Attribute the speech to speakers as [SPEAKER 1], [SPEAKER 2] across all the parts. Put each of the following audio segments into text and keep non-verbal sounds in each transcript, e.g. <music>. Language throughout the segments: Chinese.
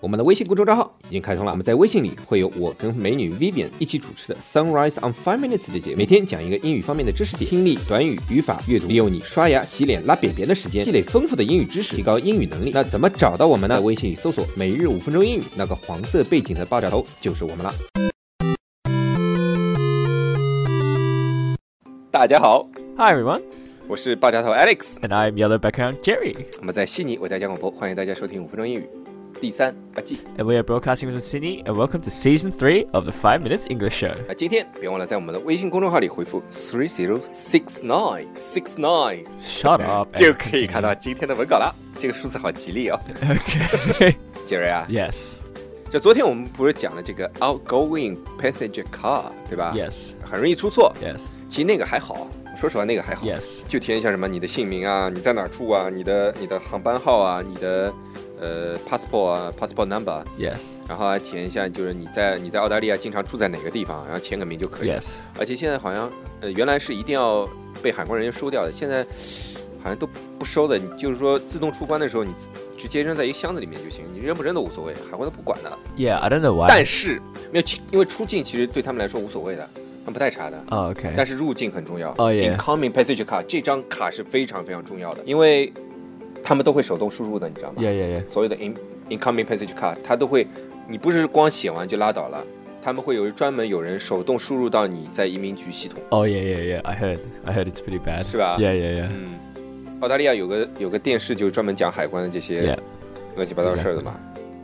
[SPEAKER 1] 我们的微信公众账号已经开通了，我们在微信里会有我跟美女 Vivian 一起主持的 Sunrise on Five Minutes 的节目，每天讲一个英语方面的知识点，听力、短语、语法、阅读，利用你刷牙、洗脸、拉便便的时间，积累丰富的英语知识，提高英语能力。那怎么找到我们呢？在微信里搜索“每日五分钟英语”，那个黄色背景的爆炸头就是我们了。大家好，
[SPEAKER 2] Hi everyone,
[SPEAKER 1] 我是爆炸头 Alex，
[SPEAKER 2] and I'm Yellow Background Jerry,
[SPEAKER 1] 我们在悉尼为大家广播，欢迎大家收听五分钟英语第三八季。
[SPEAKER 2] and we are broadcasting from Sydney. And welcome to season three of the Five Minutes English Show.
[SPEAKER 1] 那啊今天别忘了在我们的微信公众号里回复 three zero six nine six nine，
[SPEAKER 2] Shut up，and
[SPEAKER 1] 就可以
[SPEAKER 2] continue.
[SPEAKER 1] 看到今天的文稿了。这个数字好吉利哦，
[SPEAKER 2] Okay.
[SPEAKER 1] 杰瑞啊，
[SPEAKER 2] yes.
[SPEAKER 1] 就昨天我们不是讲了这个 outgoing passenger car 对吧
[SPEAKER 2] Yes.
[SPEAKER 1] 很容易出错。
[SPEAKER 2] Yes.
[SPEAKER 1] 其实那个还好，说实话那个还好。
[SPEAKER 2] Yes.
[SPEAKER 1] 就填一下什么你的姓名啊，你在哪儿住啊，你的你的航班号啊，你的呃 passport 啊 passport number，
[SPEAKER 2] Yes.
[SPEAKER 1] 然后还填一下就是你在你在澳大利亚经常住在哪个地方，然后签个名就可以了。
[SPEAKER 2] Yes.
[SPEAKER 1] 而且现在好像呃原来是一定要被海关人员收掉的，现在好像都不收的，你就是说自动出关的时候你自直接扔在一个箱子里面就行，你扔不扔都无所谓，海关都不管的。
[SPEAKER 2] Yeah. I don't know why.
[SPEAKER 1] 但是没有其，因为出境其实对他们来说无所谓的，他们不太查的。
[SPEAKER 2] Oh, okay.
[SPEAKER 1] 但是入境很重要。
[SPEAKER 2] 哦耶
[SPEAKER 1] Incoming passenger card 这张卡是非常非常重要的，因为他们都会手动输入的，你知道吗
[SPEAKER 2] yeah. Yeah. Yeah.
[SPEAKER 1] 所有的 in incoming passage card，它都会，你不是光写完就拉倒了，他们会有专门有人手动输入到你在移民局系统，
[SPEAKER 2] Oh yeah. Yeah. Yeah. I heard. I heard it's pretty bad.
[SPEAKER 1] 是吧
[SPEAKER 2] Yeah. Yeah. Yeah.
[SPEAKER 1] 嗯，澳大利亚有个有个电视就是专门讲海关的这些
[SPEAKER 2] Yeah.
[SPEAKER 1] 乱七八糟的事儿的嘛，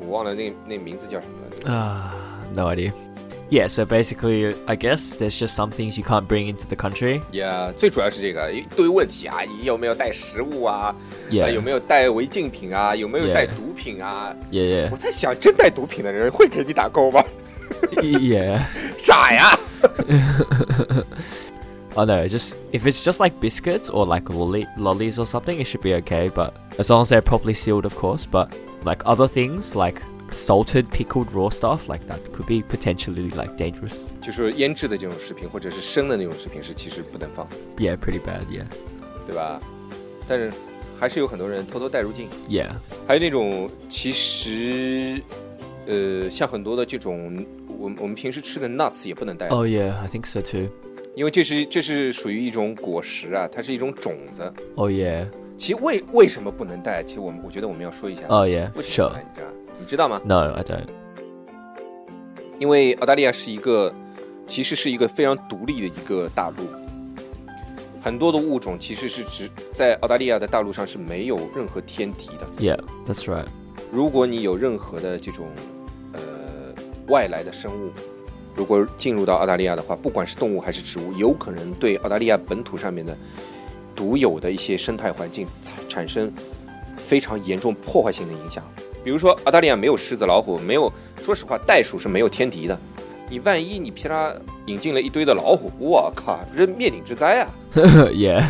[SPEAKER 1] 我忘了那那名字叫什么了。
[SPEAKER 2] Ah, no idea. Yeah. So basically, I guess there's just some things you can't bring into the country.
[SPEAKER 1] 呀最主要是这个一堆问题啊，你有没有带食物啊？
[SPEAKER 2] Yeah.
[SPEAKER 1] 啊有没有带违禁品啊？有没有
[SPEAKER 2] Yeah.
[SPEAKER 1] 带毒品啊
[SPEAKER 2] Yeah. Yeah.
[SPEAKER 1] 我在想，真带毒品的人会给你打勾吗？ <laughs>
[SPEAKER 2] <laughs> yeah.
[SPEAKER 1] 傻呀！
[SPEAKER 2] Oh no, just if it's just like biscuits or like lolli- lollies or something, it should be okay. But as long as they're properly sealed, of course. But like other things, like salted, pickled, raw stuff, like that could be potentially like dangerous.
[SPEAKER 1] 就是腌制的这种食品，或者是生的那种食品，是其实不能放的。
[SPEAKER 2] Yeah, pretty bad. Yeah,
[SPEAKER 1] 对吧？但是还是有很多人偷偷带入境，
[SPEAKER 2] yeah,
[SPEAKER 1] 还有那种其实，呃，像很多的这种，我们我们平时吃的 nuts 也不能带，
[SPEAKER 2] Oh yeah, I think so too.
[SPEAKER 1] 因为这是这是属于一种果实啊，它是一种种子。
[SPEAKER 2] Oh yeah,
[SPEAKER 1] 其实为为什么不能带？其实我们我觉得我们要说一下，
[SPEAKER 2] oh yeah.
[SPEAKER 1] 为什么不
[SPEAKER 2] Sure.
[SPEAKER 1] 能带？你知道你知道吗？
[SPEAKER 2] No, I don't.
[SPEAKER 1] 因为澳大利亚是一个，其实是一个非常独立的一个大陆，很多的物种其实是只在澳大利亚的大陆上是没有任何天敌的。
[SPEAKER 2] Yeah, that's right. <laughs>
[SPEAKER 1] 如果你有任何的这种呃外来的生物，如果进入到澳大利亚的话，不管是动物还是植物，有可能对澳大利亚本土上面的独有的一些生态环境产产生非常严重破坏性的影响。比如说，澳大利亚没有狮子、老虎，没有，说实话，袋鼠是没有天敌的。你万一你噼啦引进了一堆的老虎，我靠，这灭顶之灾啊，
[SPEAKER 2] yeah,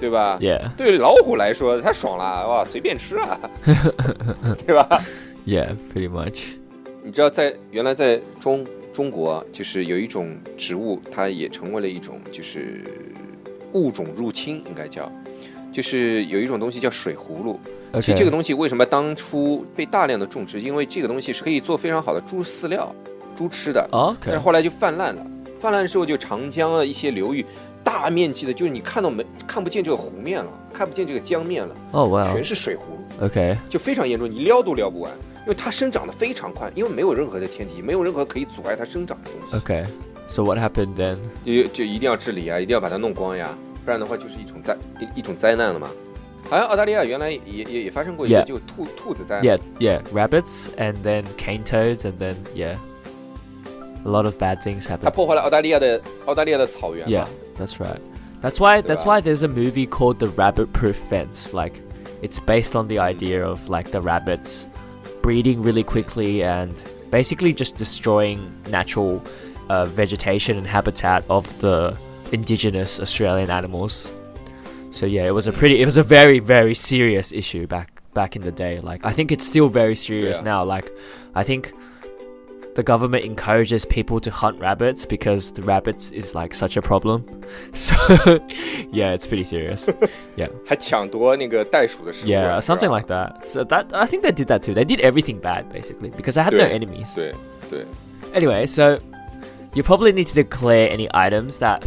[SPEAKER 1] 对吧？
[SPEAKER 2] yeah,
[SPEAKER 1] 对老虎来说，它爽了，哇，随便吃啊，对吧？
[SPEAKER 2] yeah. Pretty much.
[SPEAKER 1] 你知道在，原来在中中国啊，就是有一种植物，它也成为了一种就是物种入侵，应该叫，就是有一种东西叫水葫芦。其
[SPEAKER 2] Okay.
[SPEAKER 1] 实这个东西为什么当初被大量的种植？因为这个东西是可以做非常好的猪饲料、猪吃的，但
[SPEAKER 2] Oh, Okay.
[SPEAKER 1] 是后来就泛滥了。泛滥之后，就长江啊一些流域大面积的，就是你看到没看不见这个湖面了，看不见这个江面了，
[SPEAKER 2] Oh wow.
[SPEAKER 1] 全是水葫芦。
[SPEAKER 2] Okay.
[SPEAKER 1] 就非常严重，你撩都撩不完，因为它生长得非常快，因为没有任何的天敌，没有任何可以阻碍它生长的东西
[SPEAKER 2] Okay. So what happened then?
[SPEAKER 1] 就就一定要治理啊，一定要把它弄光呀，不然的话就是一种灾一一种灾难了嘛。好像澳大利亚原来也也也发生过一个
[SPEAKER 2] Yeah.
[SPEAKER 1] 就兔兔子灾
[SPEAKER 2] Yeah, yeah, rabbits and then cane toads and then yeah, a lot of bad things
[SPEAKER 1] 它
[SPEAKER 2] happen.
[SPEAKER 1] 破坏了澳大利亚的澳大利亚的草原嘛
[SPEAKER 2] Yeah,。that's right. That's why that's
[SPEAKER 1] Right.
[SPEAKER 2] why there's a movie called The Rabbit Proof Fence. Like, it's based on the idea of like the rabbits breeding really quickly and basically just destroying natural uh, vegetation and habitat of the indigenous Australian animals. So yeah, it was a pretty, it was a very very serious issue back back in the day. Like I think it's still very serious
[SPEAKER 1] Yeah.
[SPEAKER 2] now. Like I think the government encourages people to hunt rabbits because the rabbits is like such a problem. <laughs> So yeah, it's pretty serious.
[SPEAKER 1] 还抢夺那个袋鼠的食物
[SPEAKER 2] yeah,
[SPEAKER 1] 啊，是吧
[SPEAKER 2] something like that. So that I think they did that too. They did everything bad basically because I had no
[SPEAKER 1] Yeah.
[SPEAKER 2] enemies.
[SPEAKER 1] 对对，
[SPEAKER 2] Anyway, so you probably need to declare any items that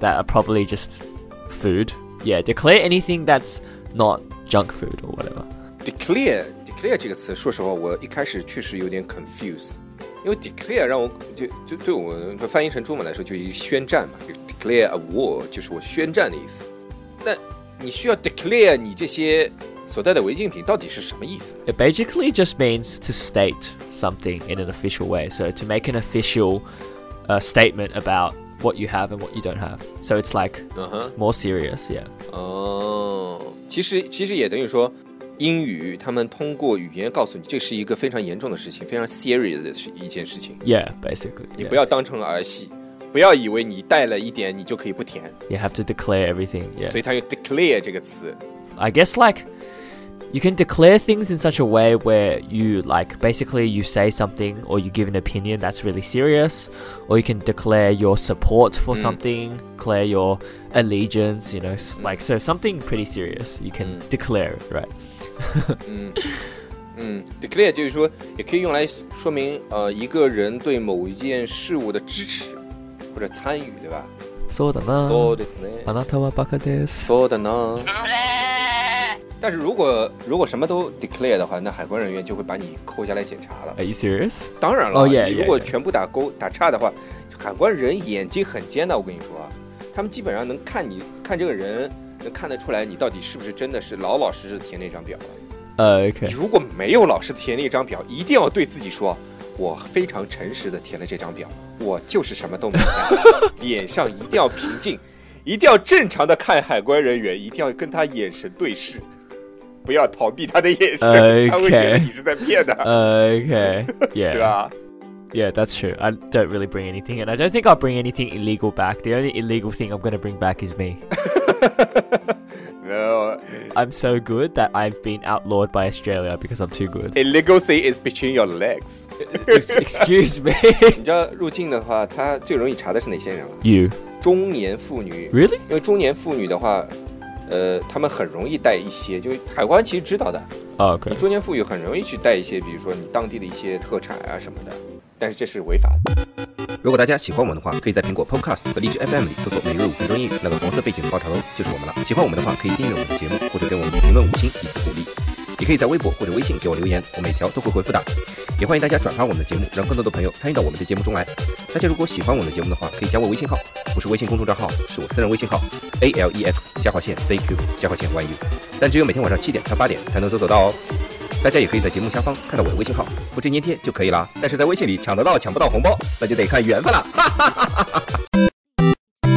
[SPEAKER 2] that are probably just food. Yeah, declare anything that's not junk food or whatever.
[SPEAKER 1] declare declare 这个词，说实话，我一开始确实有点 confused，因为 declare 让我就就对我翻译成中文来说，就是一个宣战嘛就，declare a war 就是我宣战的意思。那你需要 declare 你这些所带的违禁品到底是什么意思呢？
[SPEAKER 2] It basically just means to state something in an official way. So to make an official uh, statement about what you have and what you don't have. So it's like
[SPEAKER 1] 嗯哼，
[SPEAKER 2] more serious, yeah.
[SPEAKER 1] 哦，其实其实也等于说，英语他们通过语言告诉你，这是一个非常严重的事情，非常 serious 的事一件事情，
[SPEAKER 2] Yeah, basically.
[SPEAKER 1] 你
[SPEAKER 2] Yeah.
[SPEAKER 1] 不要当成儿戏，不要以为你带了一点你就可以不填，
[SPEAKER 2] You have to declare everything, yeah.
[SPEAKER 1] 所以他用 declare 这个词。
[SPEAKER 2] I guess like you can declare things in such a way where you like basically you say something or you give an opinion that's really serious, or you can declare your support for something, declare your allegiance, you know, s- like so something pretty serious. You can declare it, right?
[SPEAKER 1] 嗯，declare 就是说，也可以用来说明呃一个人对某一件事物的支持或者参与，对吧？そう
[SPEAKER 2] So
[SPEAKER 1] ですね。そうだな。但是如果如果什么都 declare 的话，那海关人员就会把你扣下来检查了
[SPEAKER 2] Are。you serious?
[SPEAKER 1] 当然了，
[SPEAKER 2] 哦，yeah，
[SPEAKER 1] 你如果
[SPEAKER 2] yeah，yeah
[SPEAKER 1] 全部打勾打叉的话，海关人眼睛很尖的，我跟你说啊，他们基本上能看你看这个人，能看得出来你到底是不是真的是老老实实地填那张表了。
[SPEAKER 2] Uh, okay.
[SPEAKER 1] 如果没有老师填那张表，一定要对自己说：“我非常诚实的填了这张表， <laughs> 我就是什么都没干。”脸上一定要平静， <laughs> 一定要正常的看海关人员，一定要跟他眼神对视，不要逃避他的眼神
[SPEAKER 2] OK
[SPEAKER 1] 他会觉得你是在骗他
[SPEAKER 2] Oh, Okay.
[SPEAKER 1] 对
[SPEAKER 2] Yeah.
[SPEAKER 1] 吧？
[SPEAKER 2] Yeah, that's true. I don't really bring anything, and I don't think I'll bring anything illegal back. The only illegal thing I'm gonna bring back is me.
[SPEAKER 1] 呃
[SPEAKER 2] I'm so good that I've been outlawed by Australia because I'm too good.
[SPEAKER 1] Illegacy is between your legs。
[SPEAKER 2] <laughs> Ex- Excuse me.
[SPEAKER 1] 你知道入境的话，他最容易查的是哪些人吗？
[SPEAKER 2] <laughs> you
[SPEAKER 1] 中年妇女
[SPEAKER 2] really?
[SPEAKER 1] 因为中年妇女的话，呃，她们很容易带一些，就是海关其实知道的，
[SPEAKER 2] Oh, okay.
[SPEAKER 1] 中间富裕很容易去带一些，比如说你当地的一些特产啊什么的，但是这是违法的。如果大家喜欢我们的话，可以在苹果 Podcast 和荔枝 FM 里搜索“每日五分钟英语”，那个黄色背景的爆炒头哦就是我们了。喜欢我们的话，可以订阅我们的节目，或者给我们评论五星以资鼓励。也可以在微博或者微信给我留言，我每条都会回复的。也欢迎大家转发我们的节目，让更多的朋友参与到我们的节目中来。大家如果喜欢我们的节目的话，可以加我微信号，不是微信公众账号，是我私人微信号 A L E X 加号线 Z Q 加号线 Y U，但只有每天晚上七点到八点才能搜索到哦。大家也可以在节目下方看到我的微信号，复制粘贴就可以了。但是在微信里抢得到抢不到红包，那就得看缘分了。 <laughs> 哈哈哈哈哈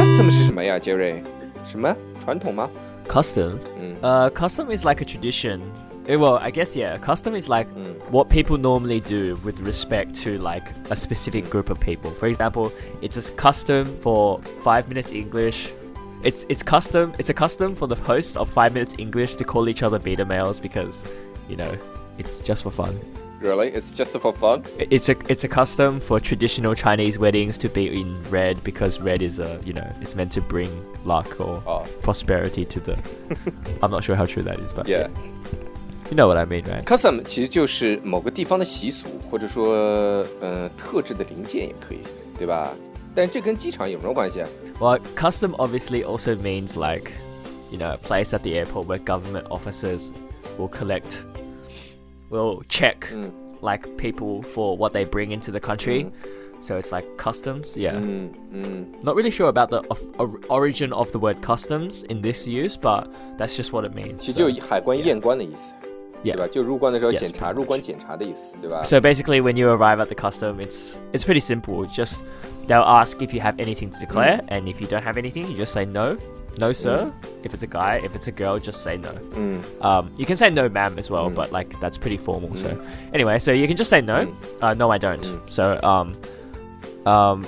[SPEAKER 1] Custom 是什么呀，Jerry？什么传统吗？
[SPEAKER 2] Custom.
[SPEAKER 1] 嗯
[SPEAKER 2] Uh, custom is like a tradition. Eh, well, I guess yeah. Custom is like
[SPEAKER 1] Mm.
[SPEAKER 2] what people normally do with respect to like a specific group of people. For example, it's a custom for five minutes English. It's it's custom. It's a custom for the hosts of five minutes English to call each other beta males because, you know, it's just for fun.
[SPEAKER 1] ，Really? It's just for fun.
[SPEAKER 2] It's a it's a custom for traditional Chinese weddings to be in red because red is a you know it's meant to bring luck or
[SPEAKER 1] Oh.
[SPEAKER 2] prosperity to the.
[SPEAKER 1] <laughs>
[SPEAKER 2] I'm not sure how true that is, but
[SPEAKER 1] Yeah.
[SPEAKER 2] you know what I mean, right?
[SPEAKER 1] Custom 其实就是某个地方的习俗，或者说呃特制的零件也可以，对吧？但这跟机场有什么关系啊？
[SPEAKER 2] Well, custom obviously also means like, you know, a place at the airport where government officers will collect, will check
[SPEAKER 1] Mm.
[SPEAKER 2] like people for what they bring into the country.
[SPEAKER 1] Mm-hmm.
[SPEAKER 2] So it's like customs, yeah.
[SPEAKER 1] 嗯嗯。
[SPEAKER 2] Not really sure about the of, or, origin of the word customs in this use, but that's just what it means.
[SPEAKER 1] 其实
[SPEAKER 2] So,
[SPEAKER 1] 就海关验关的意思，对吧？
[SPEAKER 2] yeah.
[SPEAKER 1] 就入关的时候
[SPEAKER 2] Yes,
[SPEAKER 1] 检查，
[SPEAKER 2] pretty much.
[SPEAKER 1] 入关检查的意思，对吧？
[SPEAKER 2] So basically, when you arrive at the custom, it's it's pretty simple. It's just they'll ask if you have anything to declare, and if you don't have anything, you just say no, no sir. If it's a guy, if it's a girl, just say no.
[SPEAKER 1] 嗯
[SPEAKER 2] Um, you can say no, ma'am, as well, but like that's pretty formal. So anyway, so you can just say no, uh, no, I don't. So um, um,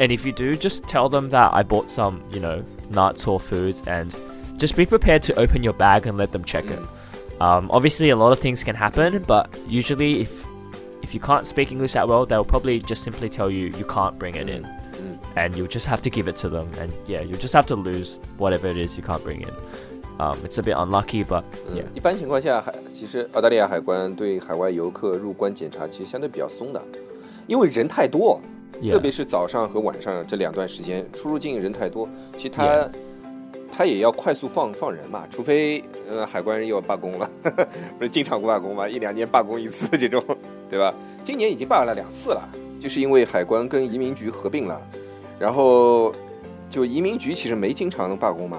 [SPEAKER 2] and if you do, just tell them that I bought some, you know, nuts or foods, and just be prepared to open your bag and let them
[SPEAKER 1] 嗯
[SPEAKER 2] check it. Um, obviously, a lot of things can happen, but usually, if if you can't speak English that well, they'll probably just simply tell you you can't bring it in, and you'll just have to give it to them. And yeah, you'll just have to lose whatever it is you can't bring in. Um, it's a bit unlucky, but
[SPEAKER 1] 嗯
[SPEAKER 2] yeah,
[SPEAKER 1] 一般情况下，海其实澳大利亚海关对海外游客入关检查其实相对比较松的，因为人太多，
[SPEAKER 2] yeah.
[SPEAKER 1] 特别是早上和晚上这两段时间出入境人太多，其实他
[SPEAKER 2] Yeah.
[SPEAKER 1] 他也要快速放放人嘛，除非呃海关又要罢工了， <laughs> 不是经常罢工嘛，一两年罢工一次这种，对吧？今年已经罢了两次了，就是因为海关跟移民局合并了，然后就移民局其实没经常能罢工嘛。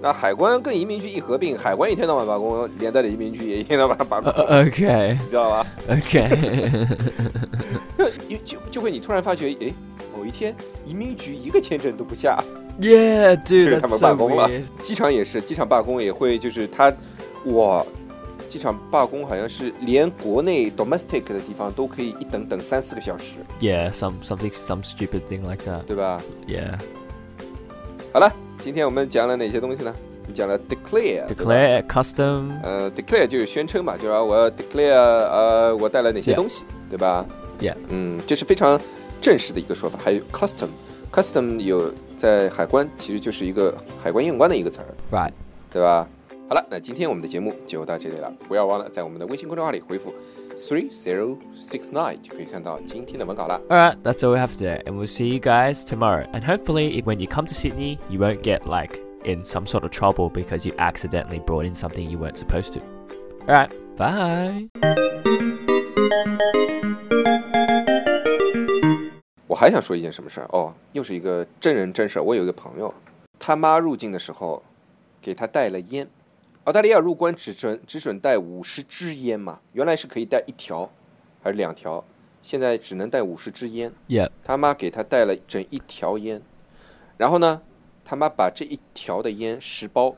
[SPEAKER 1] 那海关跟移民局一合并，海关一天到晚罢工，连带着移民局也一天到晚罢
[SPEAKER 2] Uh,
[SPEAKER 1] 工，
[SPEAKER 2] uh, okay,
[SPEAKER 1] 你知道吧？
[SPEAKER 2] okay.
[SPEAKER 1] 就就就会你突然发觉，诶，某一天移民局一个签证都不下，
[SPEAKER 2] yeah,
[SPEAKER 1] 就
[SPEAKER 2] dude,
[SPEAKER 1] 是他
[SPEAKER 2] that's
[SPEAKER 1] 们
[SPEAKER 2] so
[SPEAKER 1] 罢工了
[SPEAKER 2] weird.。
[SPEAKER 1] 机场也是，机场罢工也会就是他，哇，机场罢工好像是连国内 domestic 的地方都可以一等等三四个小时，
[SPEAKER 2] Yeah, some something, some stupid thing like that.
[SPEAKER 1] 对吧？
[SPEAKER 2] Yeah.
[SPEAKER 1] 好了，今天我们讲了哪些东西呢？我们讲了 declare，对吧
[SPEAKER 2] Declare custom.
[SPEAKER 1] 呃，declare 就是宣称嘛，就是啊我要 declare 呃我带了哪些
[SPEAKER 2] Yeah.
[SPEAKER 1] 东西对吧
[SPEAKER 2] Yeah.
[SPEAKER 1] 嗯，这是非常正式的一个说法。还有 custom，custom 有在海关其实就是一个海关验关的一个词儿，
[SPEAKER 2] Right.
[SPEAKER 1] 对吧？好了，那今天我们的节目就到这里了，不要忘了在我们的微信公众号里回复 three zero six nine 就可以看到今天的文稿了。
[SPEAKER 2] Alright, that's all we have today, and we'll see you guys tomorrow. And hopefully, if- when you come to Sydney, you won't get like in some sort of trouble because you accidentally brought in something you weren't supposed to. Alright, bye.
[SPEAKER 1] 我还想说一件什么事儿哦，又是一个真人真事儿。我有一个朋友，他妈入境的时候给他带了烟。澳大利亚入关只准只准带五十支烟嘛，原来是可以带一条还是两条，现在只能带五十支烟。
[SPEAKER 2] Yeah.
[SPEAKER 1] 他妈给他带了整一条烟，然后呢，他妈把这一条的烟十包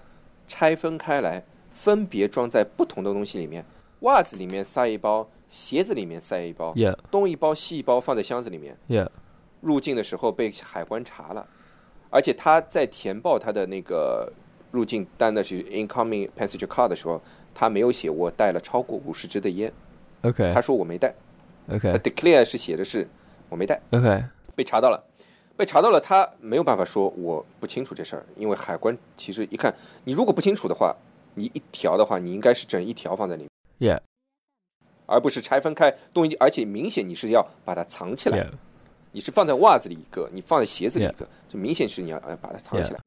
[SPEAKER 1] 拆分开来，分别装在不同的东西里面，袜子里面塞一包，鞋子里面塞一包，
[SPEAKER 2] Yeah.
[SPEAKER 1] 东一包西一包放在箱子里面。
[SPEAKER 2] Yeah.
[SPEAKER 1] 入境的时候被海关查了，而且他在填报他的那个入境单的是 incoming passenger card 的时候，他没有写我带了超过五十支的烟，
[SPEAKER 2] Okay.
[SPEAKER 1] 他说我没带，他
[SPEAKER 2] Okay.
[SPEAKER 1] declare 是写的是我没带，
[SPEAKER 2] Okay.
[SPEAKER 1] 被查到了，被查到了，他没有办法说我不清楚这事儿，因为海关其实一看你如果不清楚的话，你一条的话，你应该是整一条放在里面，
[SPEAKER 2] Yeah.
[SPEAKER 1] 而不是拆分开东西，而且明显你是要把它藏起来。
[SPEAKER 2] Yeah.
[SPEAKER 1] 你是放在袜子里一个，你放在鞋子里一
[SPEAKER 2] Yeah.
[SPEAKER 1] 个，这明显是你要呃把它藏
[SPEAKER 2] Yeah.
[SPEAKER 1] 起来。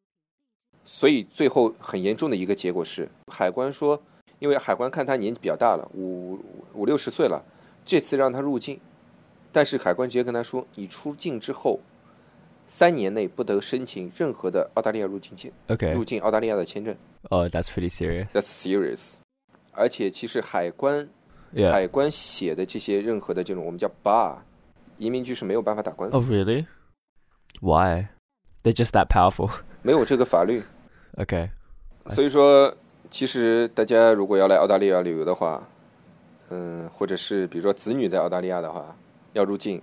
[SPEAKER 1] 所以最后很严重的一个结果是，海关说，因为海关看他年纪比较大了，五五六十岁了，这次让他入境，但是海关直接跟他说，你出境之后三年内不得申请任何的澳大利亚入境签
[SPEAKER 2] Okay.
[SPEAKER 1] 入境澳大利亚的签证。
[SPEAKER 2] Oh, that's pretty serious.
[SPEAKER 1] That's serious。而且其实海关
[SPEAKER 2] Yeah.
[SPEAKER 1] 海关写的这些任何的这种我们叫 bar，移民局是没有办法打官司
[SPEAKER 2] Oh, really? Why? They're just that powerful. <laughs>
[SPEAKER 1] 没有这个法律。
[SPEAKER 2] Okay.
[SPEAKER 1] 所以说，其实大家如果要来澳大利亚旅游的话，嗯，或者是比如说子女在澳大利亚的话，要入境，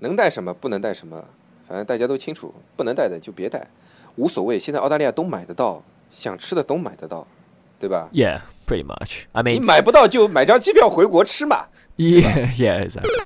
[SPEAKER 1] 能带什么，不能带什么，反正大家都清楚，不能带的就别带，无所谓。现在澳大利亚都买得到，想吃的都买得到，对吧？
[SPEAKER 2] Yeah, pretty much. I
[SPEAKER 1] 你
[SPEAKER 2] mean,
[SPEAKER 1] 买不到就买张机票回国吃嘛。
[SPEAKER 2] <laughs> yeah, yeah, exactly.